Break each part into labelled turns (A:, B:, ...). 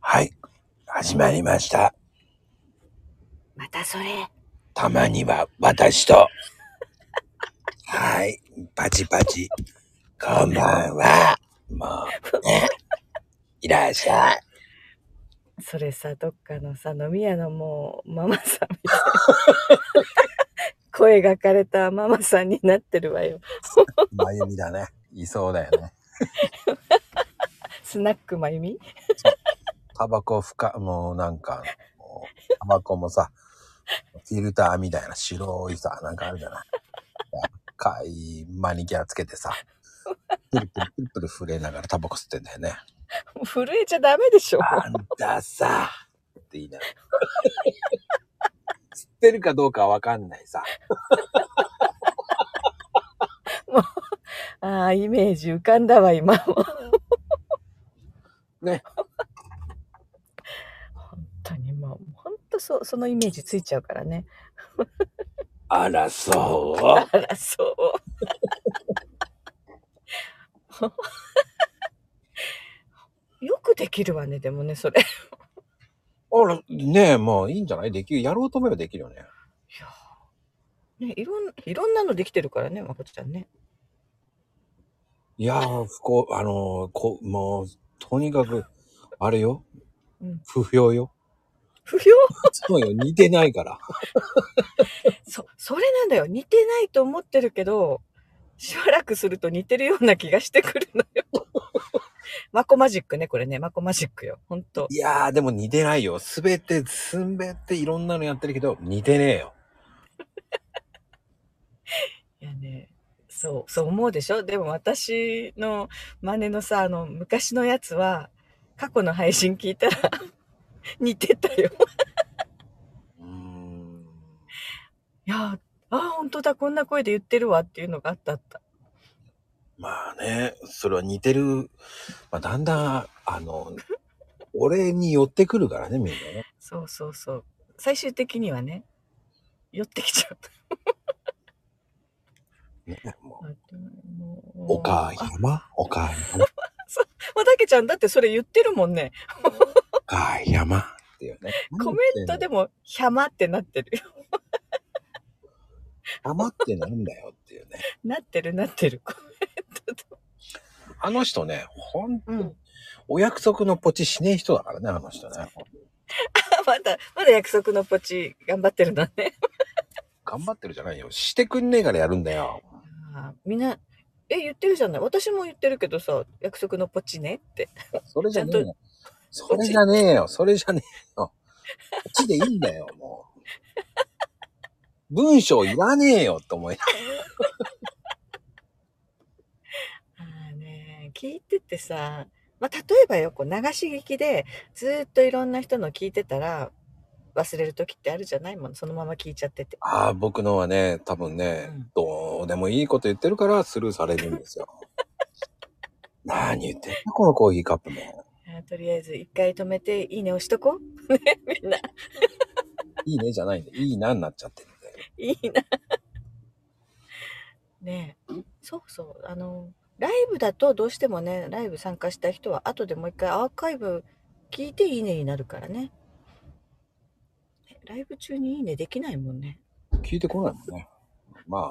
A: はい。始まりました。
B: またそれ。
A: たまには私と。はい。パチパチ。こんばんは。もうね。いらっしゃい。
B: それさ、どっかのさ、飲み屋のもう、ママさんみたいな。声がかれたママさんになってるわよ。
A: まゆみだね。いそうだよね。
B: スナックまゆみ
A: タバコ深、もうなんか、もうタバコもさ、フィルターみたいな白いさ、なんかあるじゃない。赤いマニキュアつけてさ、プルプルプルプル震えながらタバコ吸ってんだよね。
B: 震えちゃダメでしょ。
A: あんたさ、って言いながら。知ってるかどうかわかんないさ。
B: ああ、イメージ浮かんだわ、今も。
A: ね。
B: 本当にもう、本当そう、そのイメージついちゃうからね。
A: あら、そう。
B: あら、 そう。よくできるわね、でもね、それ。
A: あら、ねえ、もういいんじゃないできる。やろうと思えばできるよね。
B: いやーね、いろんいろんなのできてるからね、まこちゃんね。
A: いやー、不幸、あのーこ、もう、とにかく、あれよ
B: うん。
A: 不評よ。
B: 不評
A: そうよ、似てないから。
B: そ、それなんだよ。似てないと思ってるけど、しばらくすると似てるような気がしてくるのよ。マコマジックね、これね。マコマジックよ。ほんと。
A: いやー、でも似てないよ。すべて、すべていろんなのやってるけど、似てねえよ。
B: いやね、そう、そう思うでしょでも私の真似のさ、あの、昔のやつは、過去の配信聞いたら、似てたよ。
A: うーん。
B: いや、あ、本当だ、こんな声で言ってるわっていうのがあったあった。
A: まあね、それは似てる。まあ、だんだん、あの、俺に寄ってくるからね、みんなね。
B: そうそうそう。最終的にはね、寄ってきちゃう。
A: ねもう
B: もう
A: おか山おか山
B: まあ、だけちゃん、だってそれ言ってるもんね。
A: おか山っていうね。
B: コメントで
A: も。
B: も、ひゃまってなってる。
A: 山ってなんだよっていうね。
B: なってるなってる。コメントで
A: あの人ね、ほん、
B: も。うん。
A: お約束のポチしねえ人だからね、あの人ね。
B: まだ、まだ約束のポチ、頑張ってるな ね。
A: 頑張ってるじゃないよ。してくんねえからやるんだよ。
B: あーみんな、え、言ってるじゃない。私も言ってるけどさ、約束のポチねって。
A: それじゃねえ
B: ち
A: よ。それじゃねえよ。それじゃねえよ。こっちでいいんだよ、もう。文章いらねえよって思いながら
B: あーね聞いててさ、まあ、例えばよ、こう流し聞きで、ずーっといろんな人の聞いてたら、忘れる時ってあるじゃないもん。そのまま聞いちゃってて。
A: ああ、僕のはね、多分ね、
B: うん
A: どうでもいいこと言ってるからスルーされるんですよ。何言ってんだ、このコーヒーカップも。
B: あーとりあえず一回止めて、いいね押しとこう。 ね、みんな。
A: いいねじゃないんで、いいなになっちゃってるんで。
B: いいな。 ねえ。そうそう。あの、ライブだとどうしてもね、ライブ参加した人は後でもう一回アーカイブ聞いていいねになるからね。ねライブ中にいいねできないもんね。
A: 聞いてこないもんね。まあ、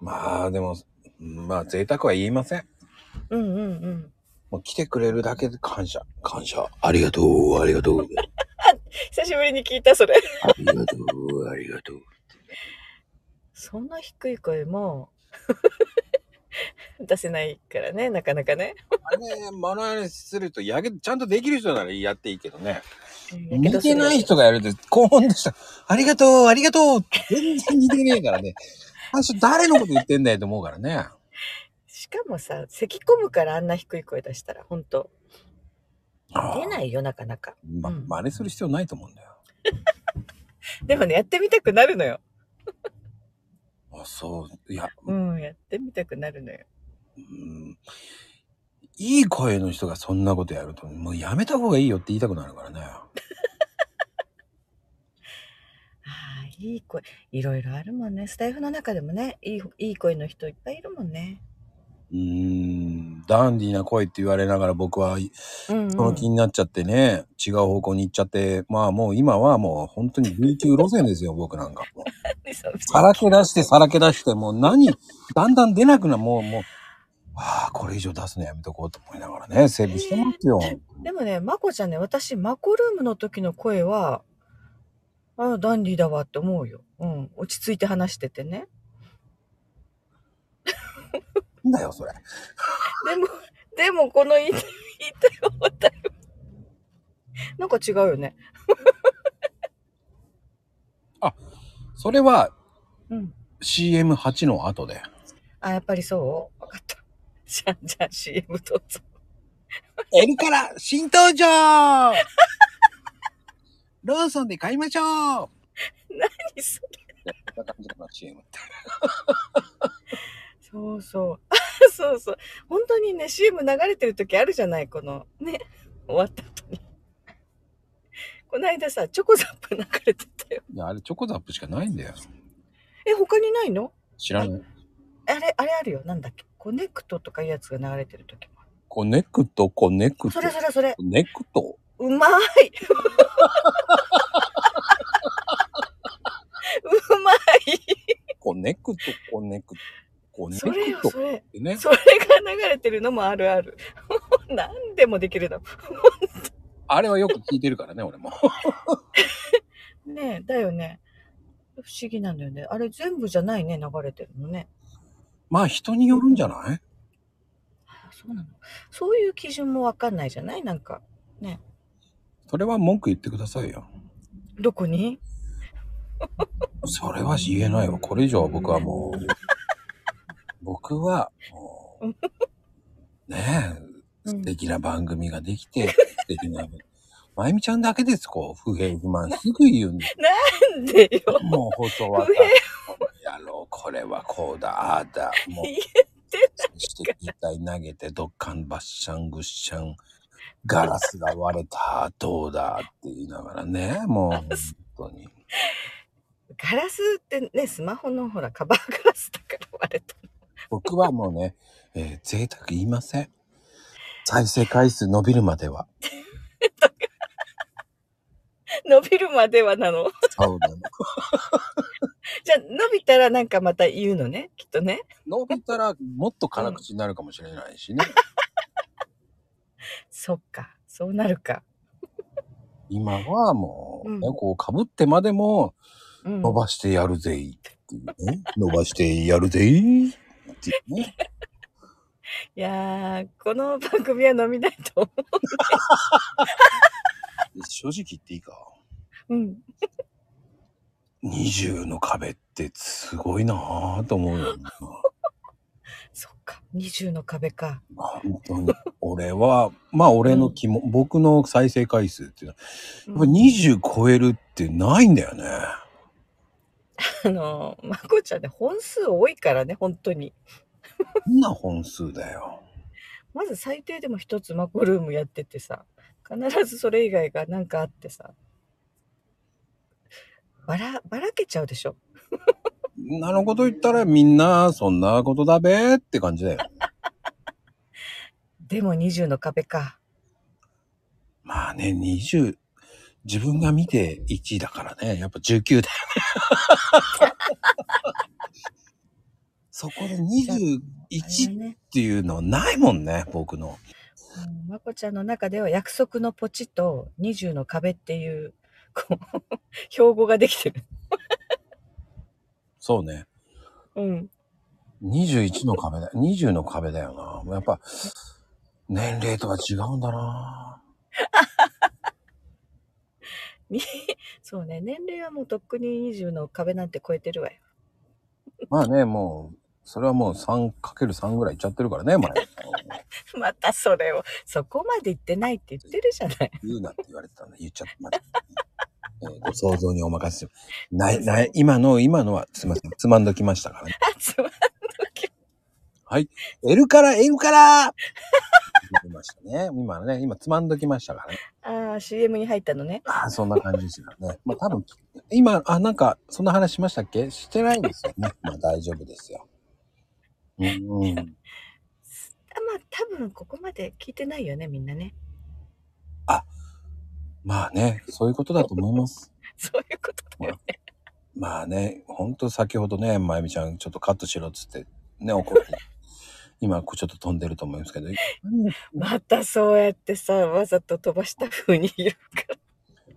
A: まあでも、まあ贅沢は言いません。
B: うんうんうん。
A: もう来てくれるだけで感謝、感謝。ありがとう、ありがとう、
B: 久しぶりに聞いた、それ。
A: ありがとう、ありがとう。
B: そんな低い声も 出せないからね、なかなかね。
A: あれ、マナーすると、やけ、ちゃんとできる人ならやっていいけどね。
B: うん
A: 似てない。人がやると、高音でした。ありがとう、ありがとう。全然似てねえからね。最初誰のこと言ってんだよと思うからね。
B: しかもさ、咳込むからあんな低い声出したら、本当出
A: い。
B: ないよ、なかなか。
A: ま、
B: うん
A: 真似する必要ないと思うんだよ。
B: でもね、やってみたくなるのよ。
A: あ、そう。いや、う
B: うん、やってみたくなるのよ。
A: ん。いい声の人がそんなことやると、もうやめた方がいいよって言いたくなるからね。
B: ああ、いい声。いろいろあるもんね。スタイフの中でもね、いい、いい声の人いっぱいいるもんね。
A: うーん、ダンディーな声って言われながら僕は
B: うんうん
A: その気になっちゃってね、違う方向に行っちゃって、まあもう今はもう本当に B 級路線ですよ、僕なんか。もうさらけ出してさらけ出して、もう何、だんだん出なくな、もう、もう、ああ、これ以上出すのやめとこうと思いながらね、セーブしてますよ。
B: でもね、まこちゃんね、私、マコルームの時の声は、ああ、ダンディだわって思うよ。うん。落ち着いて話しててね。
A: なんだよ、それ。
B: でも、 でも、この言いたい、言いたい放題はなんか違うよね。
A: それは
B: うん。
A: CM8 の後で。
B: あ、やっぱりそうわかった。じゃあ、じゃあ CM どうぞ。
A: エルから新登場 ローソンで買いましょう
B: 何それ
A: こんな感じかな、CM って。
B: そうそう。あ、そうそう。本当にね、CM 流れてる時あるじゃない、この、ね、終わった後に。この間さ、チョコザップ流れてたよ。
A: いや、あれチョコザップしかないんだよ。
B: え、他にないの
A: 知らない。
B: あれ、あれあるよ。なんだっけ。コネクトとかいうやつが流れてる時もあ
A: コネクト、コネク
B: る。
A: ト
B: そ。れそれそれ。
A: コネクト
B: うまいうまい
A: コネクト、コネクト。コネ
B: それよ
A: クトっ
B: それ
A: てね。
B: それが流れてるのもあるある 何でもできるの
A: あれはよく聞いてるからね、俺も。
B: ねえだよね不思議なんだよねあれ全部じゃないね流れてるのね
A: まあ人によるんじゃない
B: あそうなのそういう基準もわかんないじゃないなんか
A: それは文句言ってくださいよ。
B: どこに
A: それは言えないわ。これ以上は僕はもう、僕はもう、ねえ、
B: う
A: 素
B: ん
A: 敵な番組ができて、素敵な、まゆみちゃんだけです、こう、不平不満すぐ言うんです。
B: なんでよ
A: もう放送は、
B: 不
A: やろう、これはこうだ、ああだ、もう
B: 言え、
A: そして一体投げて、ドッカンバッシャングッシャン、ガラスが割れた、どうだって言いながらね、もう、本当に。
B: ガラスってねスマホのほらカバーガラスだから割れた
A: 僕はもうね、えー贅沢言いません。再生回数伸びるまでは。
B: 伸びるまではなの
A: そうだね
B: じゃあ、伸びたらなんかまた言うのね、きっとね。
A: 伸びたらもっと辛口になるかもしれないしね。
B: そっか、そうなるか。
A: 今はもう、ね
B: うん
A: こうかぶってまでも
B: うん、
A: 伸ばしてやるぜいっていうね。伸ばしてやるぜいっていうね。
B: いやー、この番組は伸びないと思
A: 正直言っていいか。
B: う。うん。
A: 20の壁ってすごいなぁと思うよ。
B: そっか、20の壁か。
A: 本当に。俺は、まあ俺の気も、僕の再生回数っていうのは
B: う
A: や
B: ん
A: っぱ20超えるってないんだよね。
B: あのー、まこちゃんね、本数多いからね、本当に。
A: こんな本数だよ。
B: まず最低でも一つマコルームやっててさ、必ずそれ以外がなんかあってさ、ばら、ばらけちゃうでしょ。
A: なのこと言ったらみんなそんなことだべって感じだよ。
B: でも20の壁か。
A: まあね、20、自分が見て1位だからね、やっぱ19だよね。そこで21
B: あ
A: っ
B: れね。
A: ていうのないもんね、僕の。
B: うんまこちゃんの中では約束のポチと20の壁っていう、こう、 標語ができてる。
A: そうね。
B: うん。
A: 21の壁だ、20の壁だよな。やっぱ、年齢とは違うんだな。
B: にそうね、年齢はもうとっくに20の壁なんて超えてるわよ。
A: まあね、もう、それはもう 3×3 ぐらいいっちゃってるからね、前。
B: またそれを、そこまで言ってないって言ってるじゃない。
A: 言うなって言われてたんで、言っちゃった。まだえーご想像にお任せしない、ない、今の、今のは、すいません、つまんどきましたからね。
B: あ、つま、
A: はい。L から、L から 言いましたね。今ね、今つまんどきましたからね。
B: あー CM に入ったのね。
A: ああ、そんな感じですよね。まあ多分、今、あ、なんか、そんな話しましたっけしてないですよね。まあ大丈夫ですよ。うん。
B: 多分ここまで聞いてないよね、みんなね。
A: まあね、そういうことだと思います。
B: そういうことだよね。
A: まあね、ほんと先ほどね、まゆみちゃん、ちょっとカットしろっつって、ね、怒って。今、こうちょっと飛んでると思いますけど、
B: またそうやってさ、わざと飛ばした風に言うから。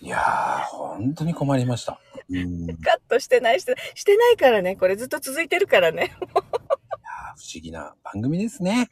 A: いやー、本当に困りました。うん、いやー
B: カットしてないして、してないからね。これずっと続いてるからね。
A: 不思議な番組ですね。